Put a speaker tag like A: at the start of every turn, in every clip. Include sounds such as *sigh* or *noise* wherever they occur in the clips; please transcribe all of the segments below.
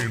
A: El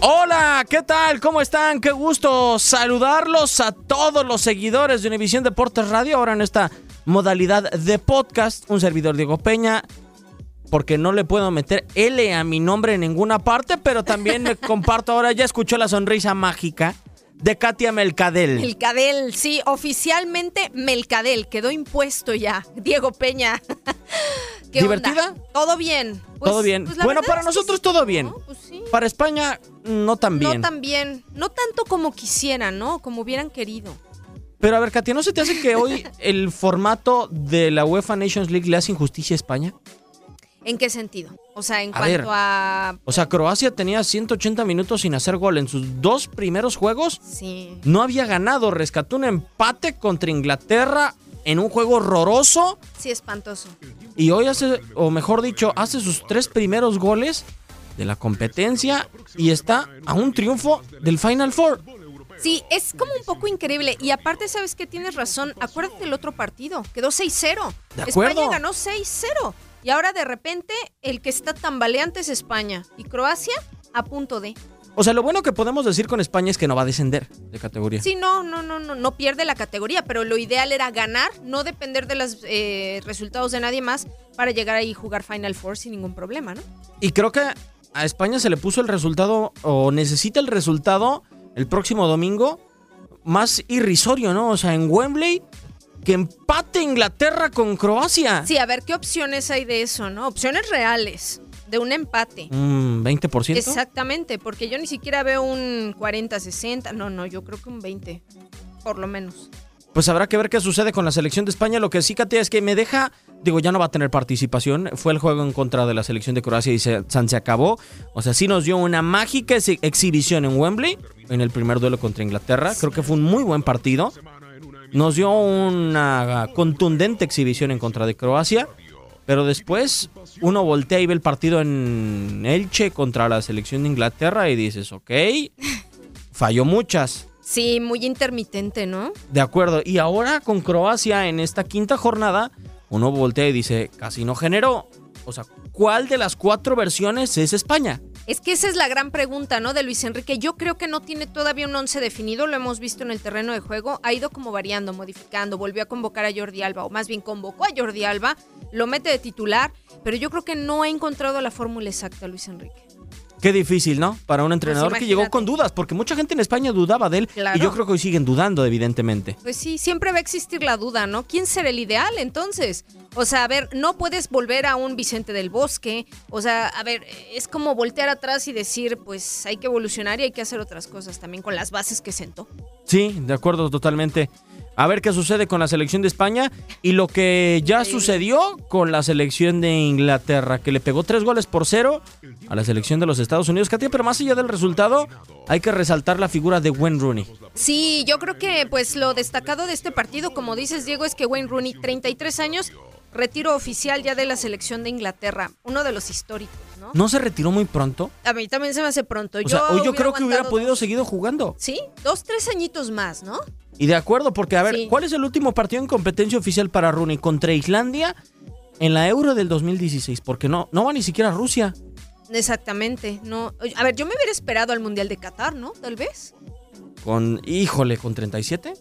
B: Hola, ¿qué tal? ¿Cómo están? Qué gusto saludarlos a todos los seguidores de Univisión Deportes Radio, ahora en esta modalidad de podcast. Un servidor Diego Peña, porque no le puedo meter L a mi nombre en ninguna parte, pero también
C: *laughs*
B: me comparto ahora, ya escuchó la sonrisa mágica de Katia Melcadel.
C: Melcadel, sí, oficialmente Melcadel, quedó impuesto ya. Diego Peña. *laughs* ¿Qué
B: ¿Divertida?
C: onda? Todo bien. Pues-
B: todo bien.
C: pues la
B: bueno,
C: verdad
B: para
C: es que
B: nosotros
C: sí,
B: todo bien.
C: ¿no? Pues sí.
B: Para España, no tan bien.
C: No tan bien. No tanto como quisieran, ¿no? Como hubieran querido.
B: Pero a ver, Katia, ¿no se te hace que hoy el formato de la UEFA Nations League le hace injusticia a España?
C: ¿En qué sentido? O sea, en
B: A
C: cuanto
B: ver.
C: a.
B: O sea, Croacia tenía 180 minutos sin hacer gol en sus dos primeros juegos.
C: Sí.
B: No había ganado, rescató un empate contra Inglaterra en un juego horroroso.
C: Sí, espantoso.
B: Y hoy hace, o mejor dicho, hace sus tres primeros goles de la competencia y está a un triunfo del Final Four.
C: Sí, es como un poco increíble. Y aparte, ¿sabes qué? Tienes razón. Acuérdate del otro partido. Quedó 6-0.
B: De
C: España
B: acuerdo.
C: ganó 6-0. Y ahora de repente el que está tambaleante es España. Y Croacia a punto de.
B: O sea, lo bueno que podemos decir con España es que no va a descender de categoría.
C: Sí, no, no, no, no, no pierde la categoría, pero lo ideal era ganar, no depender de los resultados de nadie más para llegar ahí y jugar Final Four sin ningún problema, ¿no?
B: Y creo que a España se le puso el resultado, o necesita el resultado el próximo domingo, más irrisorio, ¿no? O sea, en Wembley, que empate Inglaterra con Croacia.
C: Sí, a ver qué opciones hay de eso, ¿no? Opciones reales de un empate.
B: Mm, 20%.
C: Exactamente, porque yo ni siquiera veo un 40-60, no, no, yo creo que un 20, por lo menos.
B: Pues habrá que ver qué sucede con la selección de España. Lo que sí, Katia, es que me deja, digo, ya no va a tener participación. Fue el juego en contra de la selección de Croacia y se, San se acabó. O sea, sí nos dio una mágica ex- exhibición en Wembley, en el primer duelo contra Inglaterra. Creo que fue un muy buen partido. Nos dio una contundente exhibición en contra de Croacia. Pero después uno voltea y ve el partido en Elche contra la selección de Inglaterra y dices, ok, falló muchas.
C: Sí, muy intermitente, ¿no?
B: De acuerdo. Y ahora con Croacia en esta quinta jornada, uno voltea y dice, casi no generó. O sea, ¿cuál de las cuatro versiones es España?
C: Es que esa es la gran pregunta, ¿no? De Luis Enrique. Yo creo que no tiene todavía un once definido, lo hemos visto en el terreno de juego. Ha ido como variando, modificando, volvió a convocar a Jordi Alba, o más bien convocó a Jordi Alba, lo mete de titular, pero yo creo que no ha encontrado la fórmula exacta Luis Enrique.
B: Qué difícil, ¿no? Para un entrenador que llegó
C: Pues imagínate.
B: con dudas, porque mucha gente en España dudaba de él.
C: Claro.
B: Y yo creo que hoy siguen dudando, evidentemente.
C: Pues sí, siempre va a existir la duda, ¿no? ¿Quién será el ideal entonces? O sea, a ver, no puedes volver a un Vicente del Bosque. O sea, a ver, es como voltear atrás y decir, pues hay que evolucionar y hay que hacer otras cosas también con las bases que sentó.
B: Sí, de acuerdo, totalmente. A ver qué sucede con la selección de España y lo que ya sucedió con la selección de Inglaterra, que le pegó tres goles por cero a la selección de los Estados Unidos. Katia, pero más allá del resultado, hay que resaltar la figura de Wayne Rooney.
C: Sí, yo creo que pues lo destacado de este partido, como dices Diego, es que Wayne Rooney, 33 años, retiro oficial ya de la selección de Inglaterra, uno de los históricos, ¿no?
B: ¿No se retiró muy pronto?
C: A mí también se me hace pronto.
B: O sea, hoy yo creo que hubiera
C: aguantado
B: podido
C: dos-
B: seguido jugando.
C: Sí, dos, tres añitos más, ¿no?
B: Y de acuerdo, porque a ver,
C: Sí.
B: ¿cuál es el último partido en competencia oficial para Rooney? Contra Islandia en la Euro del 2016, porque no, no va ni siquiera a Rusia.
C: Exactamente, no. Oye, A ver, yo me hubiera esperado al Mundial de Qatar, ¿no? Tal vez.
B: Con, híjole, con 37.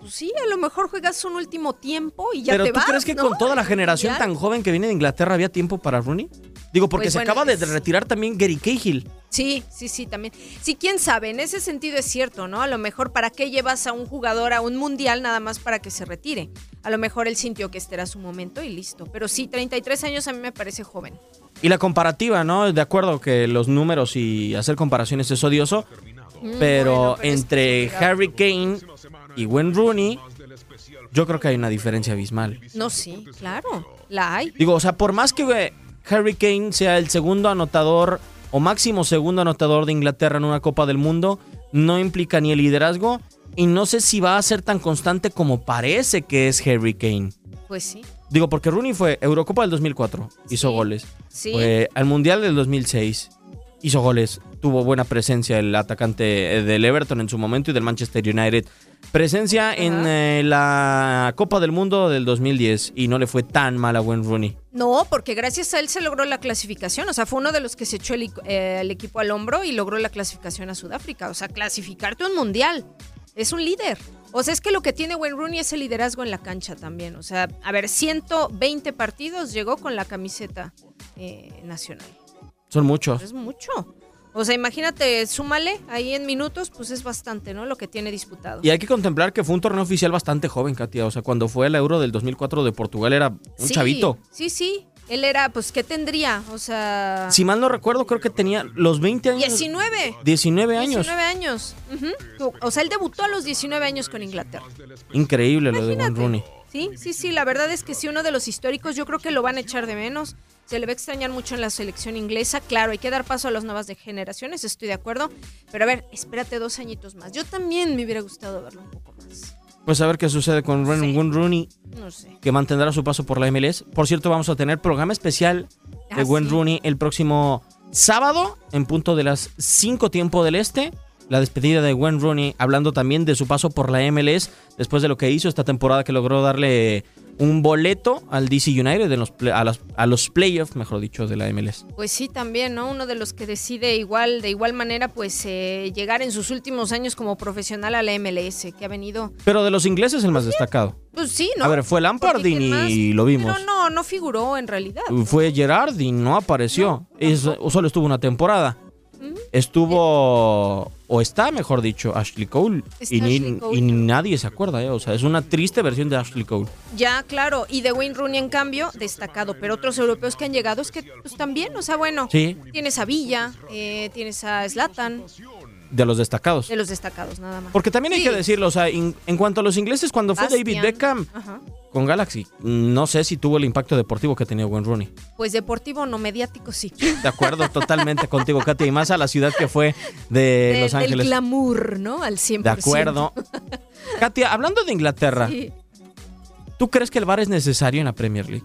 C: Pues sí, a lo mejor juegas un último tiempo y ya
B: Pero
C: te
B: ¿tú
C: vas.
B: crees que
C: ¿no?
B: con toda la
C: Al
B: generación
C: Mundial.
B: tan joven que viene de Inglaterra había tiempo para Rooney? Digo, porque
C: Pues
B: se
C: bueno,
B: acaba de
C: es-
B: retirar también Gary Cahill.
C: Sí, sí, sí, también. Sí, quién sabe, en ese sentido es cierto, ¿no? A lo mejor, ¿para qué llevas a un jugador a un mundial nada más para que se retire? A lo mejor él sintió que este era su momento y listo. Pero sí, 33 años a mí me parece joven.
B: Y la comparativa, ¿no? De acuerdo que los números y hacer comparaciones es odioso,
C: Mm,
B: pero
C: bueno, es
B: entre
C: complicado.
B: Harry Kane y Wayne Rooney, yo creo que hay una diferencia abismal.
C: No, sí, claro, la hay.
B: Digo, o sea, por más que eh, Harry Kane sea el segundo anotador o máximo segundo anotador de Inglaterra en una Copa del Mundo, no implica ni el liderazgo y no sé si va a ser tan constante como parece que es Harry Kane.
C: Pues sí.
B: Digo, porque Rooney fue Eurocopa del 2004, hizo
C: Sí,
B: goles.
C: Sí.
B: Fue al Mundial del 2006, hizo goles. Tuvo buena presencia el atacante eh, del Everton en su momento y del Manchester United. Presencia en eh, la Copa del Mundo del 2010 y no le fue tan mal a Wayne Rooney.
C: No, porque gracias a él se logró la clasificación. O sea, fue uno de los que se echó el, ic- eh, el equipo al hombro y logró la clasificación a Sudáfrica. O sea, clasificarte a un mundial. Es un líder. O sea, es que lo que tiene Wayne Rooney es el liderazgo en la cancha también. O sea, a ver, 120 partidos llegó con la camiseta eh, nacional.
B: Son muchos.
C: Es mucho. O sea, imagínate, súmale ahí en minutos, pues es bastante, ¿no? Lo que tiene disputado.
B: Y hay que contemplar que fue un torneo oficial bastante joven, Katia. O sea, cuando fue el Euro del 2004 de Portugal era un
C: Sí,
B: chavito.
C: Sí, sí. Él era, pues, ¿qué tendría? O sea,
B: Si mal no recuerdo, creo que tenía los 20 años.
C: 19.
B: 19 años.
C: 19 años. Ujú. O sea, él debutó a los 19 años con Inglaterra.
B: Increíble lo de Wayne Rooney.
C: Sí, sí, sí, la verdad es que sí, uno de los históricos, yo creo que lo van a echar de menos. Se le va a extrañar mucho en la selección inglesa. Claro, hay que dar paso a las nuevas de generaciones, estoy de acuerdo. Pero a ver, espérate dos añitos más. Yo también me hubiera gustado verlo un poco más.
B: Pues a ver qué sucede con Wayne
C: Sí.
B: Wayne Rooney
C: No sé.
B: que mantendrá su paso por la MLS. Por cierto, vamos a tener programa especial de
C: Ah,
B: Gwen
C: sí.
B: Rooney el próximo sábado en punto de las 5 tiempo del este. La despedida de Gwen Rooney, hablando también de su paso por la MLS después de lo que hizo esta temporada que logró darle un boleto al DC United en los play- a, las- a los playoffs, mejor dicho, de la MLS.
C: Pues sí, también, ¿no? Uno de los que decide igual, de igual manera, pues eh, llegar en sus últimos años como profesional a la MLS, que ha venido.
B: Pero de los ingleses el más destacado.
C: Pues sí, ¿no?
B: A ver, fue Lampard
C: Porque ¿quién
B: y
C: más?
B: lo vimos.
C: Pero no, no figuró en realidad.
B: Fue Gerard y no apareció. Es- solo estuvo una temporada. Estuvo, o está, mejor dicho, Ashley Cole.
C: Está
B: Y ni,
C: Ashley Cole.
B: y ni nadie se acuerda, ¿eh? O sea, es una triste versión de Ashley Cole.
C: Ya, claro. Y de Wayne Rooney, en cambio, destacado. Pero otros europeos que han llegado es que pues, también, o sea, bueno,
B: Sí.
C: tienes a Villa, eh, tienes a Zlatan,
B: De los destacados.
C: de los destacados, nada más.
B: Porque también hay
C: Sí.
B: que decirlo, o sea, in- en cuanto a los ingleses, cuando fue David
C: Bastian.
B: Beckham
C: Ajá.
B: con Galaxy, no sé si tuvo el impacto deportivo que tenía Wayne Rooney.
C: Pues deportivo, no mediático, sí.
B: De
C: *laughs*
B: acuerdo totalmente contigo, Katia, y más a la ciudad que fue de,
C: De-
B: Los
C: Del
B: Ángeles.
C: glamour, ¿no? Al 100%.
B: De acuerdo. Katia, hablando de Inglaterra,
C: Sí.
B: ¿tú crees que el VAR es necesario en la Premier League?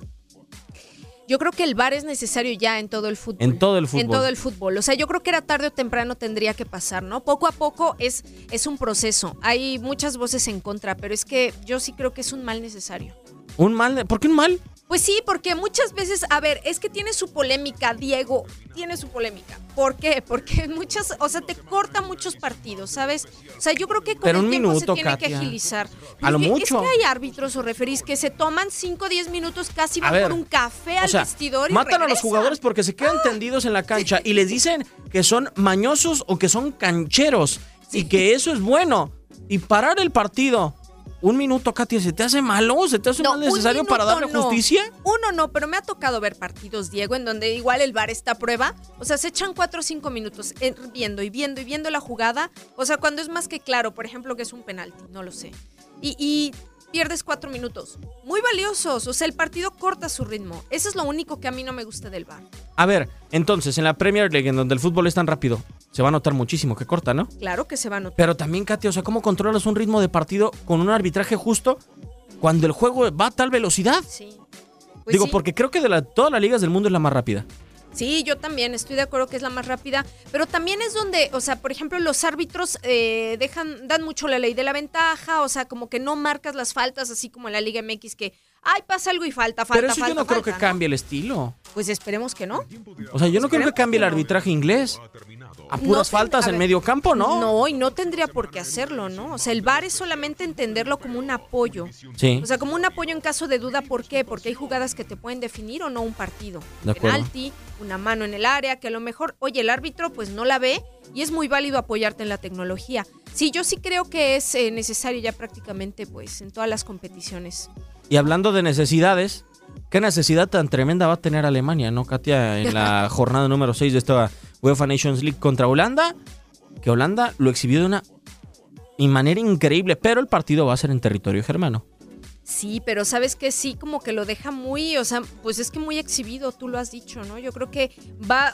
C: Yo creo que el VAR es necesario ya en todo el fútbol.
B: En todo el fútbol.
C: En todo el fútbol. O sea, yo creo que era tarde o temprano tendría que pasar, ¿no? Poco a poco es, es un proceso. Hay muchas voces en contra, pero es que yo sí creo que es un mal necesario.
B: ¿Un mal? ¿Por qué un mal?
C: Pues sí, porque muchas veces, a ver, es que tiene su polémica, Diego, tiene su polémica. ¿Por qué? Porque *laughs* muchas, o sea, te corta muchos partidos, ¿sabes? O sea, yo creo que con
B: Pero
C: el
B: un
C: tiempo
B: minuto,
C: se tiene que
B: Katia.
C: agilizar.
B: A lo
C: Porque
B: mucho.
C: Es que hay árbitros o referís que se toman 5 o 10 minutos, casi van
B: ver,
C: por un café al
B: o sea,
C: vestidor y Ah.
B: matan a los
C: regresan.
B: jugadores porque se quedan tendidos en la cancha y les dicen que son mañosos o que son cancheros y que eso es bueno. Y parar el partido. Un minuto, Katia, ¿se te hace malo? ¿Se te hace
C: No,
B: mal
C: un
B: necesario para
C: minuto
B: darle
C: no.
B: justicia?
C: Uno no, pero me ha tocado ver partidos, Diego, en donde igual el bar está a prueba. O sea, se echan cuatro o cinco minutos eh, viendo y viendo y viendo la jugada. O sea, cuando es más que claro, por ejemplo, que es un penalti, no lo sé. Y, y pierdes cuatro minutos. Muy valiosos. O sea, el partido corta su ritmo. Eso es lo único que a mí no me gusta del bar.
B: A ver, entonces, en la Premier League, en donde el fútbol es tan rápido, se va a notar muchísimo que corta, ¿no?
C: Claro que se va a notar.
B: Pero también, Katia, o sea, ¿cómo controlas un ritmo de partido con un arbitraje justo cuando el juego va a tal velocidad?
C: Sí. Pues
B: Digo,
C: sí.
B: porque creo que de la- todas las ligas del mundo es la más rápida.
C: Sí, yo también estoy de acuerdo que es la más rápida, pero también es donde, o sea, por ejemplo, los árbitros eh, dejan, dan mucho la ley de la ventaja, o sea, como que no marcas las faltas, así como en la Liga MX que, ay, pasa algo y falta, falta,
B: Pero eso yo
C: falta,
B: no creo que
C: falta, ¿no?
B: cambie el estilo.
C: Pues esperemos que no.
B: O sea, yo no creo que cambie el
C: Esperemos
B: arbitraje inglés. A
C: No
B: puras
C: ten-
B: faltas
C: a
B: en
C: ver,
B: medio campo, ¿no?
C: No, y no tendría por qué hacerlo, ¿no? O sea, el VAR es solamente entenderlo como un apoyo.
B: Sí.
C: O sea, como un apoyo en caso de duda, ¿por qué? Porque hay jugadas que te pueden definir o no un partido.
B: De acuerdo.
C: Penalti, una mano en el área, que a lo mejor, oye, el árbitro pues no la ve y es muy válido apoyarte en la tecnología. Sí, yo sí creo que es eh, necesario ya prácticamente pues en todas las competiciones.
B: Y hablando de necesidades, ¿qué necesidad tan tremenda va a tener Alemania, no, Katia? En la
C: *laughs*
B: jornada número 6 de esta UEFA Nations League contra Holanda, que Holanda lo exhibió de una y manera increíble, pero el partido va a ser en territorio germano.
C: Sí, pero sabes que sí, como que lo deja muy, o sea, pues es que muy exhibido, tú lo has dicho, ¿no? Yo creo que va,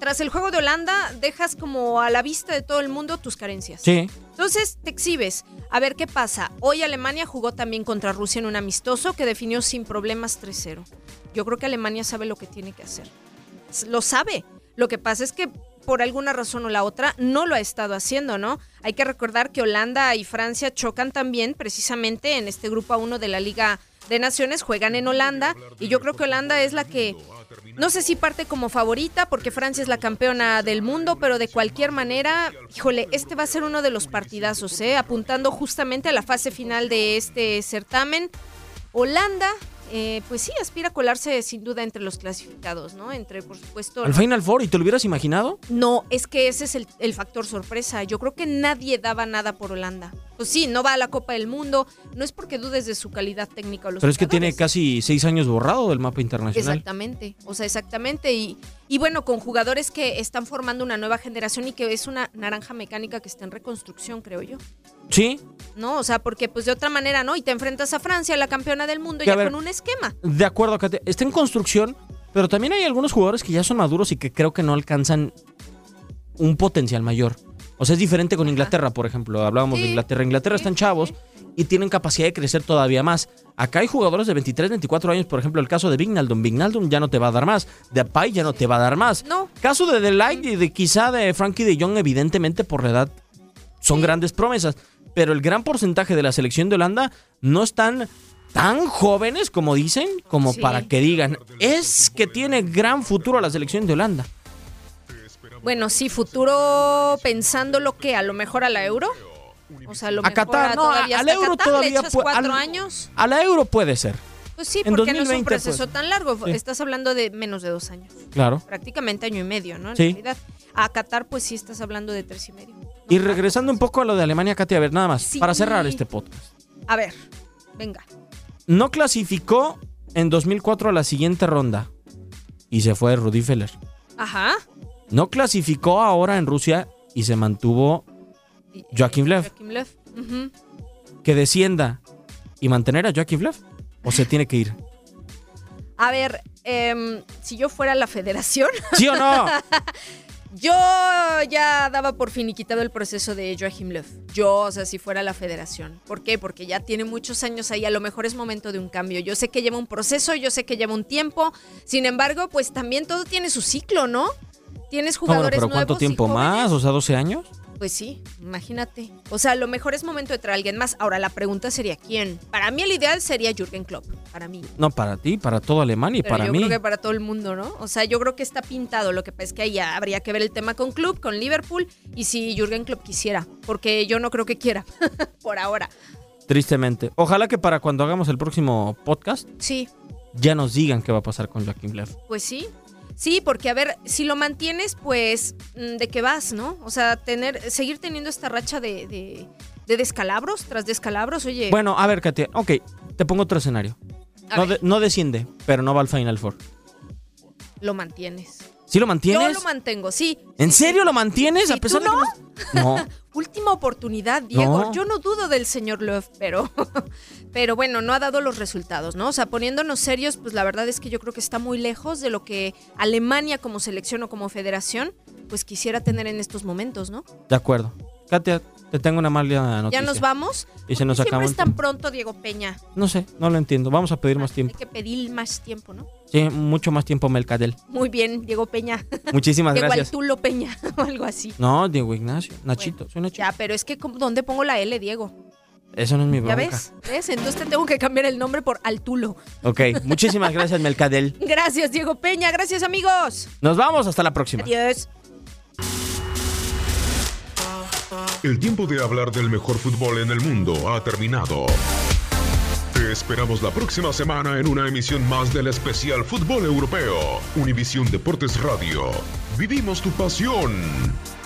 C: tras el juego de Holanda, dejas como a la vista de todo el mundo tus carencias.
B: Sí.
C: Entonces te exhibes. A ver qué pasa. Hoy Alemania jugó también contra Rusia en un amistoso que definió sin problemas 3-0. Yo creo que Alemania sabe lo que tiene que hacer. Lo sabe. Lo que pasa es que por alguna razón o la otra no lo ha estado haciendo, ¿no? Hay que recordar que Holanda y Francia chocan también precisamente en este grupo 1 de la Liga de Naciones, juegan en Holanda y yo creo que Holanda es la que no sé si parte como favorita porque Francia es la campeona del mundo, pero de cualquier manera, híjole, este va a ser uno de los partidazos, ¿eh? apuntando justamente a la fase final de este certamen. Holanda eh, pues sí, aspira a colarse sin duda entre los clasificados, ¿no? Entre, por supuesto...
B: ¿Al Final Four? ¿Y te lo hubieras imaginado?
C: No, es que ese es el, el, factor sorpresa. Yo creo que nadie daba nada por Holanda. Pues sí, no va a la Copa del Mundo, no es porque dudes de su calidad técnica. O los
B: Pero es que
C: jugadores.
B: tiene casi seis años borrado del mapa internacional.
C: Exactamente, o sea, exactamente. Y, y bueno, con jugadores que están formando una nueva generación y que es una naranja mecánica que está en reconstrucción, creo yo.
B: Sí.
C: No, o sea, porque pues de otra manera, ¿no? Y te enfrentas a Francia, la campeona del mundo, que, ya ver, con un esquema.
B: De acuerdo, Kate. Está en construcción, pero también hay algunos jugadores que ya son maduros y que creo que no alcanzan un potencial mayor. O sea, es diferente con Inglaterra, por ejemplo. Hablábamos sí, de Inglaterra. Inglaterra sí, están chavos sí. y tienen capacidad de crecer todavía más. Acá hay jugadores de 23, 24 años, por ejemplo, el caso de Vignaldum. Vignaldum ya no te va a dar más. De Apay ya no te va a dar más.
C: No.
B: Caso de Delight y de quizá de Frankie de Jong, evidentemente por la edad, son grandes promesas pero el gran porcentaje de la selección de Holanda no están tan jóvenes como dicen, como sí. para que digan, es que tiene gran futuro la selección de Holanda.
C: Bueno, sí, futuro pensando lo que a lo mejor a la euro. O sea, a lo
B: a mejor Qatar, a, no, a, la euro
C: Qatar,
B: todavía
C: le cuatro al, años.
B: A la euro puede ser.
C: Pues sí, porque no es un proceso pues, tan largo. Sí. Estás hablando de menos de dos años.
B: Claro.
C: Prácticamente año y medio, ¿no? En
B: sí.
C: realidad. A Qatar, pues sí estás hablando de tres y medio. No
B: y regresando un poco a lo de Alemania, Katy, a ver, nada más, sí. para cerrar este podcast.
C: A ver, venga.
B: No clasificó en 2004 a la siguiente ronda y se fue Rudy Feller.
C: Ajá.
B: No clasificó ahora en Rusia y se mantuvo Joaquim Lev.
C: Joaquim Lev. Uh -huh.
B: Que descienda y mantener a Joaquim Lev o se tiene que ir?
C: A ver, eh, si yo fuera la federación. *laughs*
B: ¿Sí o no?
C: yo ya daba por finiquitado el proceso de Joachim Löw. Yo, o sea, si fuera la federación. ¿Por qué? Porque ya tiene muchos años ahí. A lo mejor es momento de un cambio. Yo sé que lleva un proceso, yo sé que lleva un tiempo. Sin embargo, pues también todo tiene su ciclo, ¿no? Tienes jugadores
B: no, bueno, pero ¿cuánto
C: nuevos
B: tiempo
C: y jóvenes?
B: más? O sea, 12 años.
C: Pues sí, imagínate. O sea, a lo mejor es momento de traer a alguien más. Ahora, la pregunta sería quién. Para mí el ideal sería Jürgen Klopp, para mí.
B: No, para ti, para todo Alemania y
C: Pero
B: para
C: yo
B: mí.
C: Yo creo que para todo el mundo, ¿no? O sea, yo creo que está pintado. Lo que pasa es que ahí habría que ver el tema con Klopp, con Liverpool y si Jürgen Klopp quisiera, porque yo no creo que quiera, *laughs* por ahora.
B: Tristemente. Ojalá que para cuando hagamos el próximo podcast.
C: Sí.
B: Ya nos digan qué va a pasar con Joaquín Lev.
C: Pues sí, Sí, porque a ver, si lo mantienes, pues, ¿de qué vas, no? O sea, tener, seguir teniendo esta racha de, de, de descalabros tras descalabros, oye.
B: Bueno, a ver, Katia, ok, te pongo otro escenario. No, de, no, desciende, pero no va al Final Four.
C: Lo mantienes.
B: ¿Sí lo mantienes?
C: Yo lo mantengo, sí.
B: ¿En serio lo mantienes?
C: ¿Y
B: a pesar
C: tú no?
B: De que no... no.
C: Última oportunidad, Diego. No. Yo no dudo del señor Love, pero, *laughs* pero bueno, no ha dado los resultados, ¿no? O sea, poniéndonos serios, pues la verdad es que yo creo que está muy lejos de lo que Alemania como selección o como federación, pues quisiera tener en estos momentos, ¿no?
B: De acuerdo. Katia, te tengo una mala noticia.
C: ¿Ya nos vamos?
B: Y se nos acabó.
C: es tan pronto, Diego Peña?
B: No sé, no lo entiendo. Vamos a pedir más
C: Hay
B: tiempo.
C: Hay que pedir más tiempo, ¿no?
B: Sí, mucho más tiempo Melcadel.
C: Muy bien, Diego Peña.
B: Muchísimas
C: *laughs* Diego
B: gracias.
C: Diego Altulo Peña *laughs* o algo así.
B: No, Diego Ignacio. Nachito,
C: Bueno,
B: soy Nachito.
C: Ya, pero es que ¿dónde pongo la L, Diego?
B: Eso no es mi
C: ¿Ya
B: bronca.
C: ves? ¿Ves? Entonces te tengo que cambiar el nombre por Altulo.
B: Ok, muchísimas gracias Melcadel.
C: Gracias, Diego Peña. Gracias, amigos.
B: Nos vamos, hasta la próxima.
C: Adiós.
A: El tiempo de hablar del mejor fútbol en el mundo ha terminado. Te esperamos la próxima semana en una emisión más del especial Fútbol Europeo. Univisión Deportes Radio. Vivimos tu pasión.